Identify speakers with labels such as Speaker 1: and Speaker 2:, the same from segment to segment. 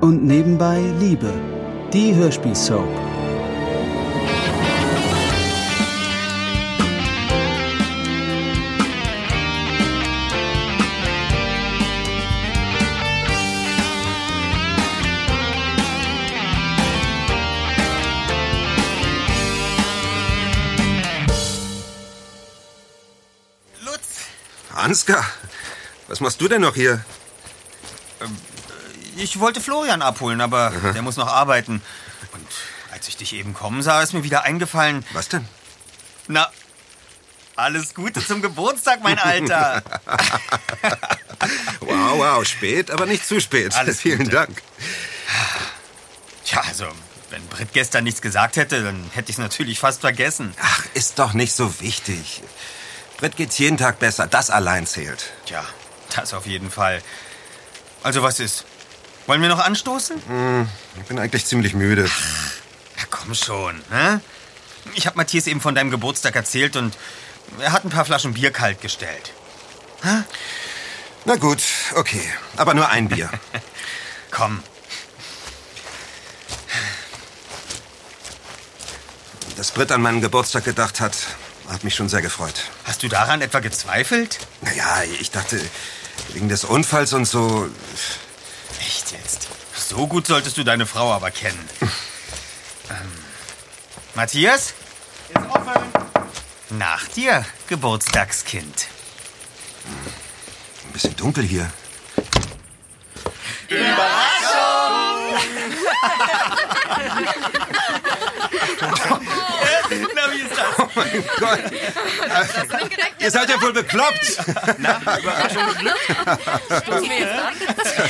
Speaker 1: Und nebenbei Liebe, die Hörspielsoap.
Speaker 2: Lutz,
Speaker 3: Ansgar, was machst du denn noch hier?
Speaker 2: ich wollte Florian abholen, aber der muss noch arbeiten. Und als ich dich eben kommen sah, ist mir wieder eingefallen.
Speaker 3: Was denn?
Speaker 2: Na, alles Gute zum Geburtstag, mein Alter.
Speaker 3: Wow, wow, spät, aber nicht zu spät.
Speaker 2: Alles
Speaker 3: Vielen
Speaker 2: Gute.
Speaker 3: Dank.
Speaker 2: Tja, also, wenn Britt gestern nichts gesagt hätte, dann hätte ich es natürlich fast vergessen.
Speaker 3: Ach, ist doch nicht so wichtig. Britt geht's jeden Tag besser, das allein zählt.
Speaker 2: Tja, das auf jeden Fall. Also, was ist? Wollen wir noch anstoßen?
Speaker 3: Mhm. Hm, Ich bin eigentlich ziemlich müde.
Speaker 2: Na komm schon, ne? Ich habe Matthias eben von deinem Geburtstag erzählt und er hat ein paar Flaschen Bier kalt gestellt.
Speaker 3: Na gut, okay. Aber nur ein Bier.
Speaker 2: Komm,
Speaker 3: Dass Britt an meinen Geburtstag gedacht hat, hat mich schon sehr gefreut.
Speaker 2: hast du daran etwa gezweifelt?
Speaker 3: Naja, ich dachte, wegen des Unfalls und so.
Speaker 2: Echt jetzt? So gut solltest du deine Frau aber kennen. ähm, Matthias? Ist offen. Nach dir, Geburtstagskind.
Speaker 3: Ein bisschen dunkel hier.
Speaker 2: Na, wie ist das?
Speaker 3: Gott. Ihr seid ja wohl bekloppt.
Speaker 4: Das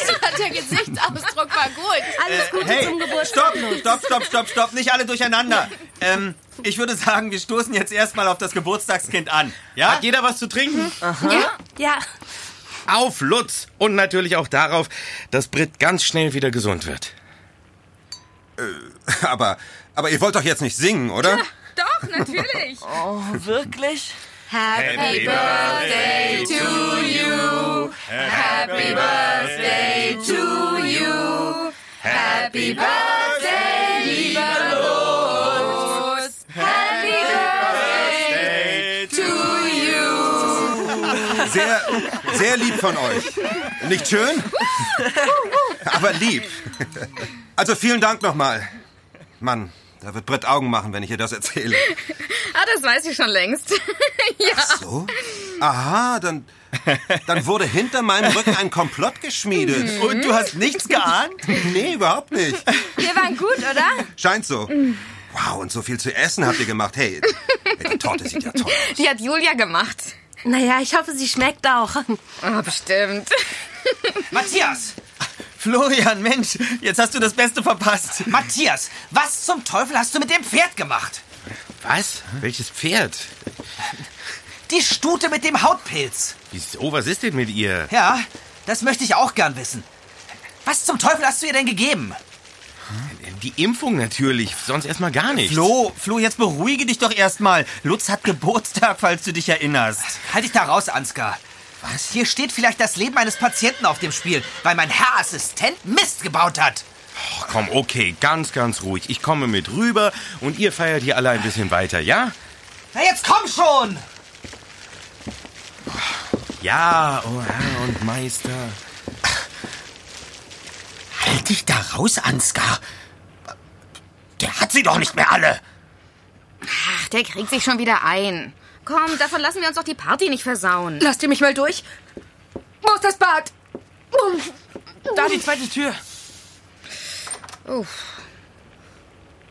Speaker 4: hat der Gesichtsausdruck war gut.
Speaker 5: Alles Gute
Speaker 2: Hey,
Speaker 5: zum Geburtstag.
Speaker 2: stopp, stopp, stopp, stopp, stopp, nicht alle durcheinander. Ähm, ich würde sagen, wir stoßen jetzt erstmal auf das Geburtstagskind an. Ja?
Speaker 6: Hat jeder was zu trinken?
Speaker 5: Ja,
Speaker 6: Auf Lutz! Und natürlich auch darauf, dass Britt ganz schnell wieder gesund wird.
Speaker 3: Äh, Aber, aber ihr wollt doch jetzt nicht singen, oder?
Speaker 4: Doch, natürlich.
Speaker 7: Wirklich?
Speaker 2: Happy
Speaker 4: Birthday to you. Happy Birthday to you. Happy Birthday, lieber Lutz. Happy Birthday to you.
Speaker 3: Sehr, sehr lieb von euch. Nicht schön? Aber lieb. Also vielen Dank nochmal. Mann, da wird Britt Augen machen, wenn ich ihr das erzähle.
Speaker 4: Ah, das weiß ich schon längst. ja.
Speaker 3: So? Aha, dann, dann wurde hinter meinem Rücken ein Komplott geschmiedet.
Speaker 2: Mhm. Und du hast nichts geahnt?
Speaker 3: Nee, überhaupt nicht.
Speaker 5: wir waren gut, oder?
Speaker 3: Scheint so. Wow, und so viel zu essen habt ihr gemacht. Hey, die Torte sieht ja toll aus.
Speaker 4: Die hat Julia gemacht.
Speaker 5: Naja, ich hoffe, sie schmeckt auch.
Speaker 4: Ah, bestimmt.
Speaker 8: Matthias!
Speaker 2: Florian, Mensch, jetzt hast du das Beste verpasst.
Speaker 8: Matthias, was zum Teufel hast du mit dem Pferd gemacht?
Speaker 6: Was? Welches Pferd?
Speaker 8: Die Stute mit dem Hautpilz.
Speaker 6: Wieso? Was ist denn mit ihr?
Speaker 8: Ja, das möchte ich auch gern wissen. Was zum Teufel hast du ihr denn gegeben?
Speaker 6: Die Impfung natürlich, sonst erstmal gar nichts.
Speaker 2: Flo, Flo, jetzt beruhige dich doch erstmal. Lutz hat Geburtstag, falls du dich erinnerst.
Speaker 8: Halt dich da raus, Ansgar. Was? Hier steht vielleicht das Leben eines Patienten auf dem Spiel, weil mein Herr Assistent Mist gebaut hat.
Speaker 6: Ach, komm, okay, ganz, ganz ruhig. Ich komme mit rüber und ihr feiert hier alle ein bisschen weiter, ja?
Speaker 8: Na jetzt komm schon!
Speaker 6: Ja, oh Herr und Meister.
Speaker 8: Halt dich da raus, Ansgar. Der hat sie doch nicht mehr alle.
Speaker 4: Ach, der kriegt sich schon wieder ein. Komm, davon lassen wir uns doch die Party nicht versauen.
Speaker 5: Lasst ihr mich mal durch? Wo ist das Bad?
Speaker 7: Da die zweite Tür.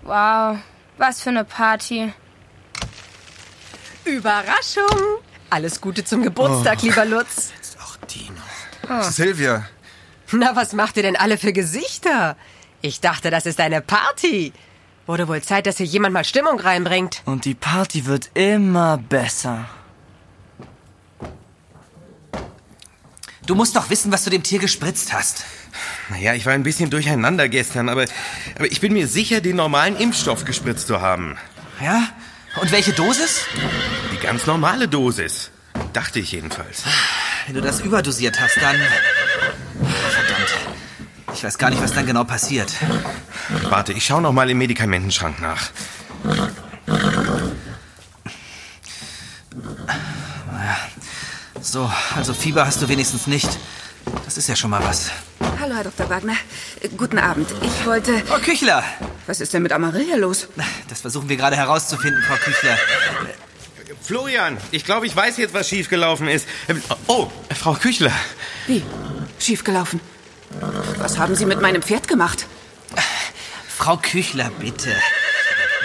Speaker 9: Wow, was für eine Party.
Speaker 5: Überraschung. Alles Gute zum Geburtstag, lieber Lutz.
Speaker 3: Ach, Dino. Silvia,
Speaker 5: Na, was macht ihr denn alle für Gesichter? Ich dachte, das ist eine Party. Wurde wohl Zeit, dass hier jemand mal Stimmung reinbringt.
Speaker 7: Und die Party wird immer besser.
Speaker 8: Du musst doch wissen, was du dem Tier gespritzt hast.
Speaker 6: Naja, ich war ein bisschen durcheinander gestern, aber, aber ich bin mir sicher, den normalen Impfstoff gespritzt zu haben.
Speaker 8: Ja? Und welche Dosis?
Speaker 6: Die ganz normale Dosis. Dachte ich jedenfalls.
Speaker 8: Wenn du das überdosiert hast, dann... Verdammt. Ich weiß gar nicht, was dann genau passiert.
Speaker 6: Warte, ich schau noch mal im Medikamentenschrank nach.
Speaker 8: So, also Fieber hast du wenigstens nicht. Das ist ja schon mal was.
Speaker 10: Hallo, Herr Dr. Wagner. Äh, Guten Abend. Ich wollte.
Speaker 8: Frau Küchler!
Speaker 10: Was ist denn mit Amarilla los?
Speaker 8: Das versuchen wir gerade herauszufinden, Frau Küchler.
Speaker 6: Florian, ich glaube, ich weiß jetzt, was schiefgelaufen ist. Ähm, Oh, Frau Küchler.
Speaker 10: Wie? Schiefgelaufen. Was haben Sie mit meinem Pferd gemacht?
Speaker 8: Frau Küchler, bitte.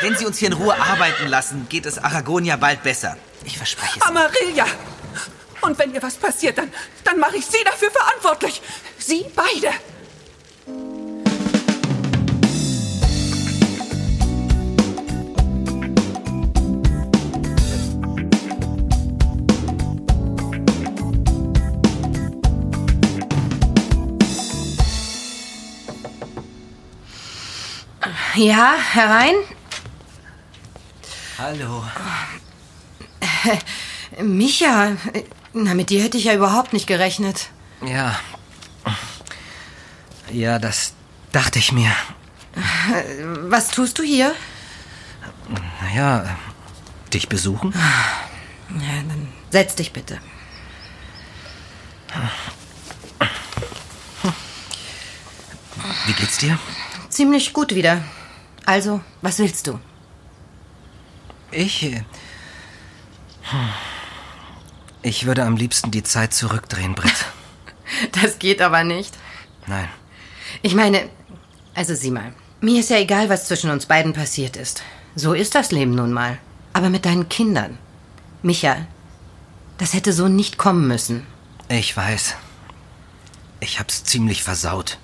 Speaker 8: Wenn Sie uns hier in Ruhe arbeiten lassen, geht es Aragonia bald besser. Ich verspreche es.
Speaker 10: Amarilla! Und wenn ihr was passiert, dann, dann mache ich Sie dafür verantwortlich. Sie beide.
Speaker 5: Ja, herein.
Speaker 8: Hallo.
Speaker 5: Micha, na, mit dir hätte ich ja überhaupt nicht gerechnet.
Speaker 8: Ja. Ja, das dachte ich mir.
Speaker 5: Was tust du hier?
Speaker 8: Naja, dich besuchen?
Speaker 5: Ja, dann setz dich bitte.
Speaker 8: Wie geht's dir?
Speaker 5: Ziemlich gut wieder. Also, was willst du?
Speaker 8: Ich. äh, hm. Ich würde am liebsten die Zeit zurückdrehen, Britt.
Speaker 5: Das geht aber nicht.
Speaker 8: Nein.
Speaker 5: Ich meine, also sieh mal, mir ist ja egal, was zwischen uns beiden passiert ist. So ist das Leben nun mal. Aber mit deinen Kindern. Micha, das hätte so nicht kommen müssen.
Speaker 8: Ich weiß. Ich hab's ziemlich versaut.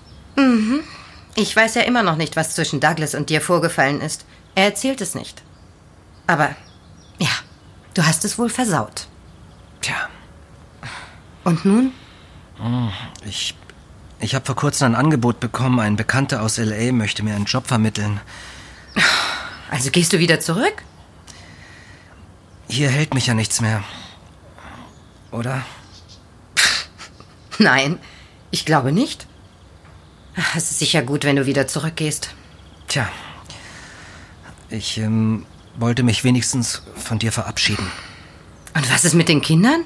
Speaker 5: Ich weiß ja immer noch nicht, was zwischen Douglas und dir vorgefallen ist. Er erzählt es nicht. Aber, ja, du hast es wohl versaut.
Speaker 8: Tja,
Speaker 5: Und nun?
Speaker 8: ich. Ich habe vor kurzem ein Angebot bekommen. Ein Bekannter aus L.A. möchte mir einen Job vermitteln.
Speaker 5: Also gehst du wieder zurück?
Speaker 8: Hier hält mich ja nichts mehr. Oder?
Speaker 5: Nein, ich glaube nicht. Ach, es ist sicher gut, wenn du wieder zurückgehst.
Speaker 8: Tja. Ich ähm, wollte mich wenigstens von dir verabschieden.
Speaker 5: Und was ist mit den Kindern?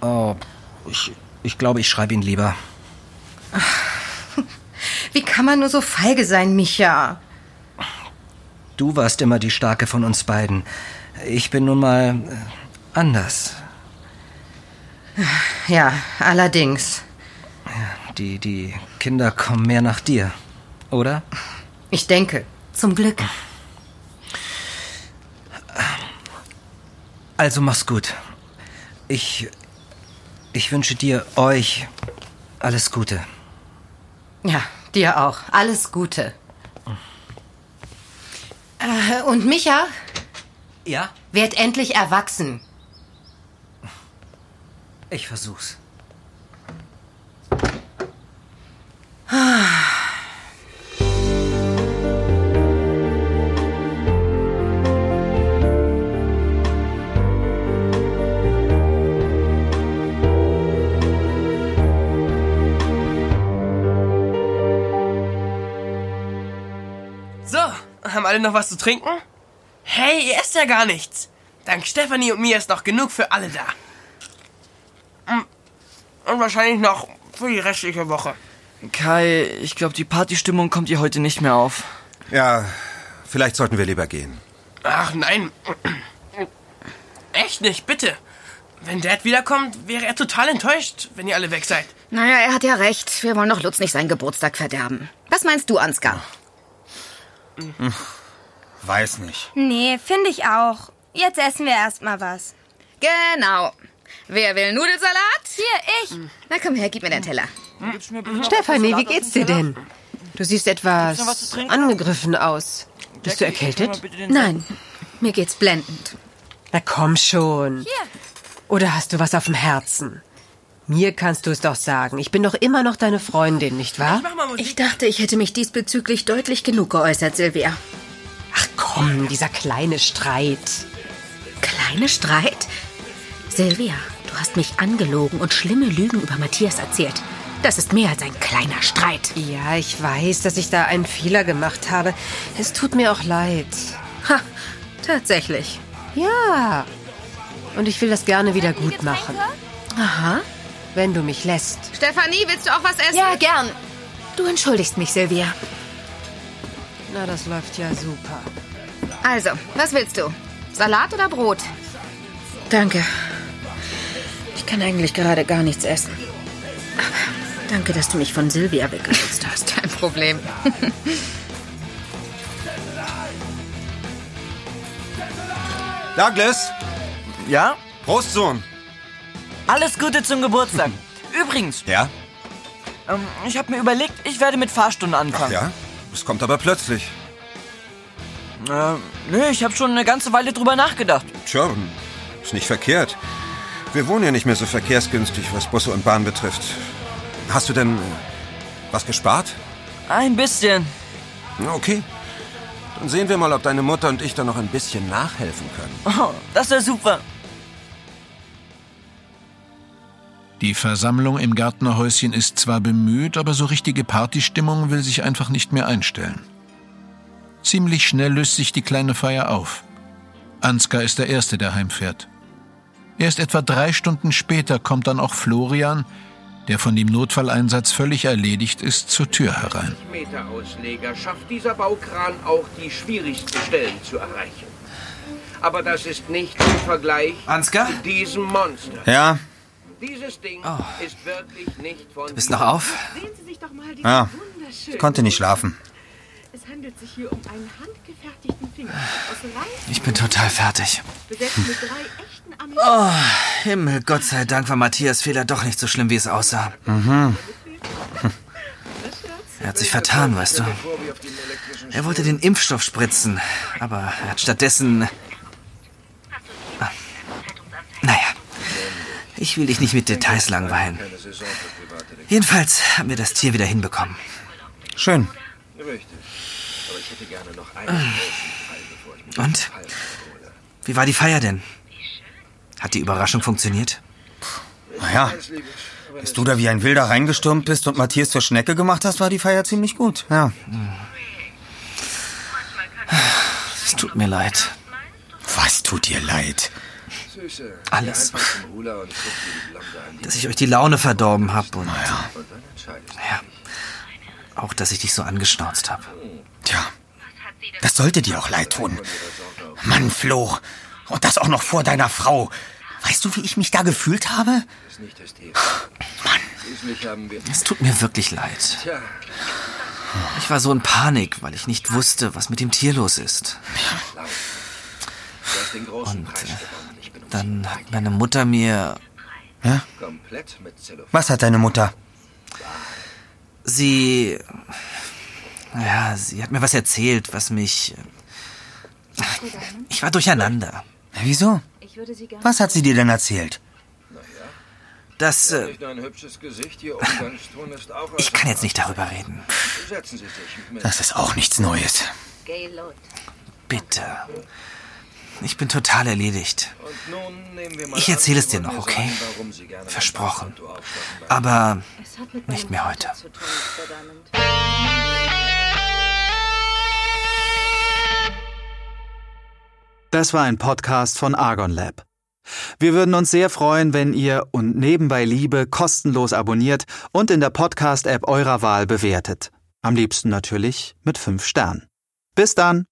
Speaker 8: Oh, ich, ich glaube, ich schreibe ihn lieber.
Speaker 5: Wie kann man nur so feige sein, Micha?
Speaker 8: Du warst immer die Starke von uns beiden. Ich bin nun mal äh, anders.
Speaker 5: Ja, allerdings.
Speaker 8: Die, die Kinder kommen mehr nach dir, oder?
Speaker 5: Ich denke, zum Glück.
Speaker 8: Also mach's gut. Ich. Ich wünsche dir, euch, alles Gute.
Speaker 5: Ja, dir auch. Alles Gute. Äh, Und Micha,
Speaker 8: Ja,
Speaker 5: werd endlich erwachsen.
Speaker 8: ich versuch's.
Speaker 7: So, haben alle noch was zu trinken? Hey, ihr esst ja gar nichts. Dank Stefanie und mir ist noch genug für alle da. Mm, Und wahrscheinlich noch für die restliche Woche.
Speaker 11: Kai, ich glaube, die Partystimmung kommt ihr heute nicht mehr auf.
Speaker 3: Ja, vielleicht sollten wir lieber gehen.
Speaker 7: Ach nein. Echt nicht, bitte. Wenn Dad wiederkommt, wäre er total enttäuscht, wenn ihr alle weg seid.
Speaker 4: Naja, er hat ja recht. Wir wollen doch Lutz nicht seinen Geburtstag verderben. Was meinst du, Ansgar?
Speaker 2: Hm, Weiß nicht.
Speaker 9: Nee, finde ich auch. Jetzt essen wir erstmal was.
Speaker 4: Genau. Wer will Nudelsalat?
Speaker 9: Hier, ich.
Speaker 4: Na komm her, gib mir den Teller.
Speaker 5: Stefanie, wie geht's dir denn? Du siehst etwas
Speaker 11: noch was zu trinken?
Speaker 5: angegriffen aus. Bist du erkältet?
Speaker 11: Nein.
Speaker 4: Mir geht's blendend.
Speaker 5: Na komm schon.
Speaker 9: Hier.
Speaker 5: Oder hast du was auf dem Herzen? Mir kannst du es doch sagen. Ich bin doch immer noch deine Freundin, nicht wahr?
Speaker 7: Mach mal Musik.
Speaker 4: Ich dachte, ich hätte mich diesbezüglich deutlich genug geäußert, Silvia.
Speaker 5: Ach komm, dieser kleine Streit.
Speaker 4: Kleine Streit? Silvia, du hast mich angelogen und schlimme Lügen über Matthias erzählt. Das ist mehr als ein kleiner Streit.
Speaker 5: Ja, ich weiß, dass ich da einen Fehler gemacht habe. Es tut mir auch leid. Ha, tatsächlich. Ja. Und ich will das gerne wieder gut machen. Aha. Wenn du mich lässt.
Speaker 4: Stefanie, willst du auch was essen? Ja, gern. Du entschuldigst mich, Silvia.
Speaker 5: Na, das läuft ja super.
Speaker 4: Also, was willst du? Salat oder Brot?
Speaker 12: Danke. Ich kann eigentlich gerade gar nichts essen. Aber danke, dass du mich von Silvia weggeschützt hast.
Speaker 4: Kein Problem.
Speaker 3: Douglas?
Speaker 11: Ja?
Speaker 3: Prost, Sohn.
Speaker 11: Alles Gute zum Geburtstag. Übrigens,
Speaker 3: Ja?
Speaker 11: ähm, ich habe mir überlegt, ich werde mit Fahrstunden anfangen.
Speaker 3: Ja? Es kommt aber plötzlich.
Speaker 11: ja? Ähm, nee, ich habe schon eine ganze Weile drüber nachgedacht.
Speaker 3: Tja, ist nicht verkehrt. Wir wohnen ja nicht mehr so verkehrsgünstig, was Busse und Bahn betrifft. Hast du denn äh, was gespart?
Speaker 11: Ein bisschen.
Speaker 3: Na, okay. Dann sehen wir mal, ob deine Mutter und ich da noch ein bisschen nachhelfen können.
Speaker 11: Oh, das wäre super.
Speaker 13: Die Versammlung im Gärtnerhäuschen ist zwar bemüht, aber so richtige Partystimmung will sich einfach nicht mehr einstellen. Ziemlich schnell löst sich die kleine Feier auf. Ansgar ist der Erste, der heimfährt. Erst etwa drei Stunden später kommt dann auch Florian, der von dem Notfalleinsatz völlig erledigt ist, zur Tür herein.
Speaker 14: Meter Ausleger schafft dieser Baukran auch die schwierigsten Stellen zu erreichen. Aber das ist nicht im Vergleich
Speaker 8: Ansgar?
Speaker 14: zu diesem Monster.
Speaker 2: Ja,
Speaker 14: Dieses Ding ist wirklich nicht von
Speaker 2: Oh. Du bist noch auf? ja. Ah, Ich konnte nicht schlafen.
Speaker 15: Es handelt sich hier um einen handgefertigten Finger aus Reis
Speaker 8: Ich bin total fertig.
Speaker 15: besetzt mit drei echten
Speaker 8: Oh,
Speaker 15: Amethysten.
Speaker 8: Himmel, Gott sei Dank war Matthias Fehler doch nicht so schlimm, wie es aussah.
Speaker 2: Mhm.
Speaker 8: Er hat sich vertan, weißt du. Er wollte den Impfstoff spritzen, aber er hat stattdessen... Ah. Naja, ich will dich nicht mit Details langweilen. Jedenfalls haben wir das Tier wieder hinbekommen.
Speaker 2: Schön.
Speaker 14: Richtig. Aber ich hätte gerne noch einen großen Fall, bevor ich mich
Speaker 8: Und? Wie war die Feier denn? Hat die Überraschung funktioniert?
Speaker 2: Naja, dass du da wie ein Wilder reingestürmt bist und Matthias zur Schnecke gemacht hast, war die Feier ziemlich gut. Ja.
Speaker 8: Es tut mir leid.
Speaker 2: Was tut dir leid?
Speaker 14: Süße.
Speaker 8: Alles.
Speaker 14: Geh einfach zum Hula und guck dir die Blonde an. Die
Speaker 8: Dass ich euch die Laune verdorben habe und
Speaker 14: Und dann entscheidest
Speaker 8: auch, dass ich dich so angeschnauzt habe.
Speaker 2: Tja, das sollte dir auch leid tun. Mann, Flo. Und das auch noch vor deiner Frau. Weißt du, wie ich mich da gefühlt habe?
Speaker 14: du. Ist nicht das Thema.
Speaker 8: Mann.
Speaker 14: Schließlich haben wir...
Speaker 8: Es tut mir wirklich leid.
Speaker 14: Tja,
Speaker 8: Ich war so in Panik, weil ich nicht wusste, was mit dem Tier los ist.
Speaker 14: du hast den großen
Speaker 8: Und
Speaker 14: Preis gewonnen.
Speaker 8: äh, dann hat meine Mutter mir...
Speaker 2: Ja?
Speaker 14: Komplett mit Zellophan.
Speaker 2: Was hat deine Mutter?
Speaker 8: Sie... Ja, sie hat mir was erzählt, was mich... Ich war durcheinander.
Speaker 2: Na, wieso? Was hat sie dir denn erzählt?
Speaker 8: Das... Äh,
Speaker 14: Dein hübsches Gesicht, Ihr Umgangston ist auch...
Speaker 8: ich kann jetzt nicht darüber reden.
Speaker 14: Setzen Sie sich mit.
Speaker 2: Das ist auch nichts Neues.
Speaker 8: Bitte. Ich bin total erledigt.
Speaker 14: Und nun nehmen wir mal
Speaker 8: Ich
Speaker 14: an,
Speaker 8: erzähle es
Speaker 14: Sie
Speaker 8: dir noch,
Speaker 14: wollen mir
Speaker 8: okay?
Speaker 14: sagen, warum Sie gerne-
Speaker 8: Versprochen. Aber nicht mehr heute.
Speaker 1: Das war ein Podcast von Argon Lab. Wir würden uns sehr freuen, wenn ihr und nebenbei Liebe kostenlos abonniert und in der Podcast-App eurer Wahl bewertet. Am liebsten natürlich mit 5 Sternen. Bis dann!